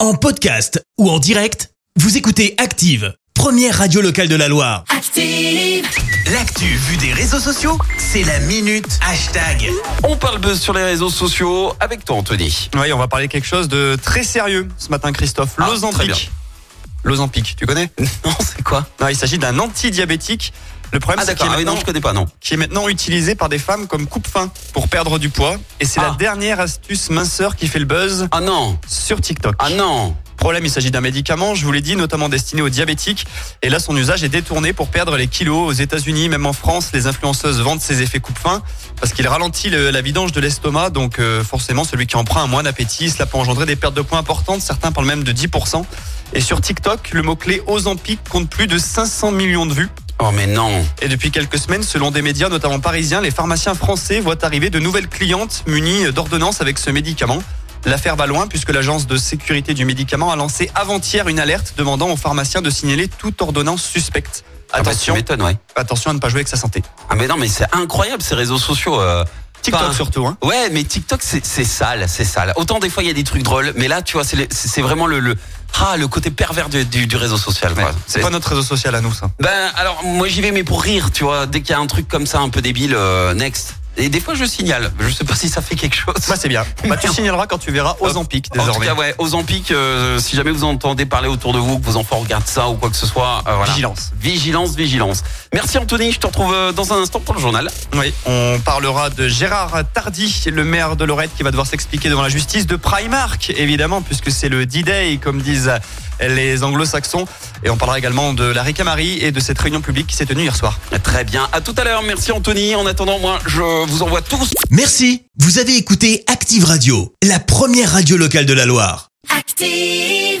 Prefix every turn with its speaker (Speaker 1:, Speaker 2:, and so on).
Speaker 1: En podcast ou en direct, vous écoutez Active, première radio locale de la Loire.
Speaker 2: Active.
Speaker 3: L'actu vue des réseaux sociaux, c'est la minute hashtag.
Speaker 4: On parle buzz sur les réseaux sociaux avec toi, Anthony.
Speaker 5: Oui, on va parler quelque chose de très sérieux ce matin, Christophe.
Speaker 4: Ah, très bien.
Speaker 5: L'Ozempic. L'Ozempic, tu connais
Speaker 4: Non, c'est quoi
Speaker 5: Non, il s'agit d'un antidiabétique. Le problème,
Speaker 4: Ah
Speaker 5: c'est qu'il
Speaker 4: d'accord,
Speaker 5: est,
Speaker 4: ah oui, non,
Speaker 5: maintenant-
Speaker 4: je connais pas, non.
Speaker 5: qui est maintenant utilisé par des femmes comme coupe-faim pour perdre du poids. Et c'est la
Speaker 4: Ah.
Speaker 5: dernière astuce minceur qui fait le buzz
Speaker 4: Ah non,
Speaker 5: sur TikTok.
Speaker 4: ah non.
Speaker 5: Problème, il s'agit d'un médicament, je vous l'ai dit, notamment destiné aux diabétiques. Et là, son usage est détourné pour perdre les kilos. Aux États-Unis, même en France, les influenceuses vendent ses effets coupe-faim parce qu'il ralentit le- la vidange de l'estomac. Donc, euh, forcément, celui qui en prend a moins d'appétit. Cela peut engendrer des pertes de poids importantes. Certains parlent même de 10%. Et sur TikTok, le mot-clé Ozempic compte plus de 500 millions de vues.
Speaker 4: Oh mais non.
Speaker 5: Et depuis quelques semaines, selon des médias, notamment parisiens, les pharmaciens français voient arriver de nouvelles clientes munies d'ordonnances avec ce médicament. L'affaire va loin puisque l'agence de sécurité du médicament a lancé avant-hier une alerte demandant aux pharmaciens de signaler toute ordonnance suspecte.
Speaker 4: Ah, bah, tu
Speaker 5: Attention,
Speaker 4: m'étonnes, ouais.
Speaker 5: attention à ne pas jouer avec sa santé.
Speaker 4: Ah mais non, mais c'est incroyable ces réseaux sociaux. euh.
Speaker 5: TikTok
Speaker 4: Enfin,
Speaker 5: surtout, hein.
Speaker 4: Ouais, mais TikTok, c'est c'est sale, c'est sale. Autant des fois, il y a des trucs drôles, mais là, tu vois, c'est le- c'est c'est vraiment le, le, ah, le côté pervers du, du- du réseau social. quoi.
Speaker 5: Ouais, c'est
Speaker 4: C'est-
Speaker 5: pas notre réseau social à nous, ça.
Speaker 4: Ben, alors, moi, j'y vais, mais pour rire, tu vois. Dès qu'il y a un truc comme ça, un peu débile, euh, next. Et des fois, je signale. Je sais pas si ça fait quelque chose.
Speaker 5: Bah, c'est bien. Bah, tu signaleras quand tu verras Ozempic
Speaker 4: En tout
Speaker 5: désormais.
Speaker 4: cas, ouais, Ozempic, euh, si jamais vous entendez parler autour de vous, que vos enfants regardent ça ou quoi que ce soit, euh, voilà.
Speaker 5: Vigilance.
Speaker 4: Vigilance, vigilance. Merci Anthony, je te retrouve euh, dans un instant pour le journal.
Speaker 5: Oui, on parlera de Gérard Tardy, le maire de Lorette, qui va devoir s'expliquer devant la justice, de Primark, évidemment, puisque c'est le D-Day, comme disent les anglo-saxons. Et on parlera également de la Ricamari et de cette réunion publique qui s'est tenue hier soir.
Speaker 4: Très bien, à tout à l'heure, merci Anthony. En attendant, moi, je vous envoie tous
Speaker 1: Merci, vous avez écouté Active Radio, la première radio locale de la Loire.
Speaker 2: Active.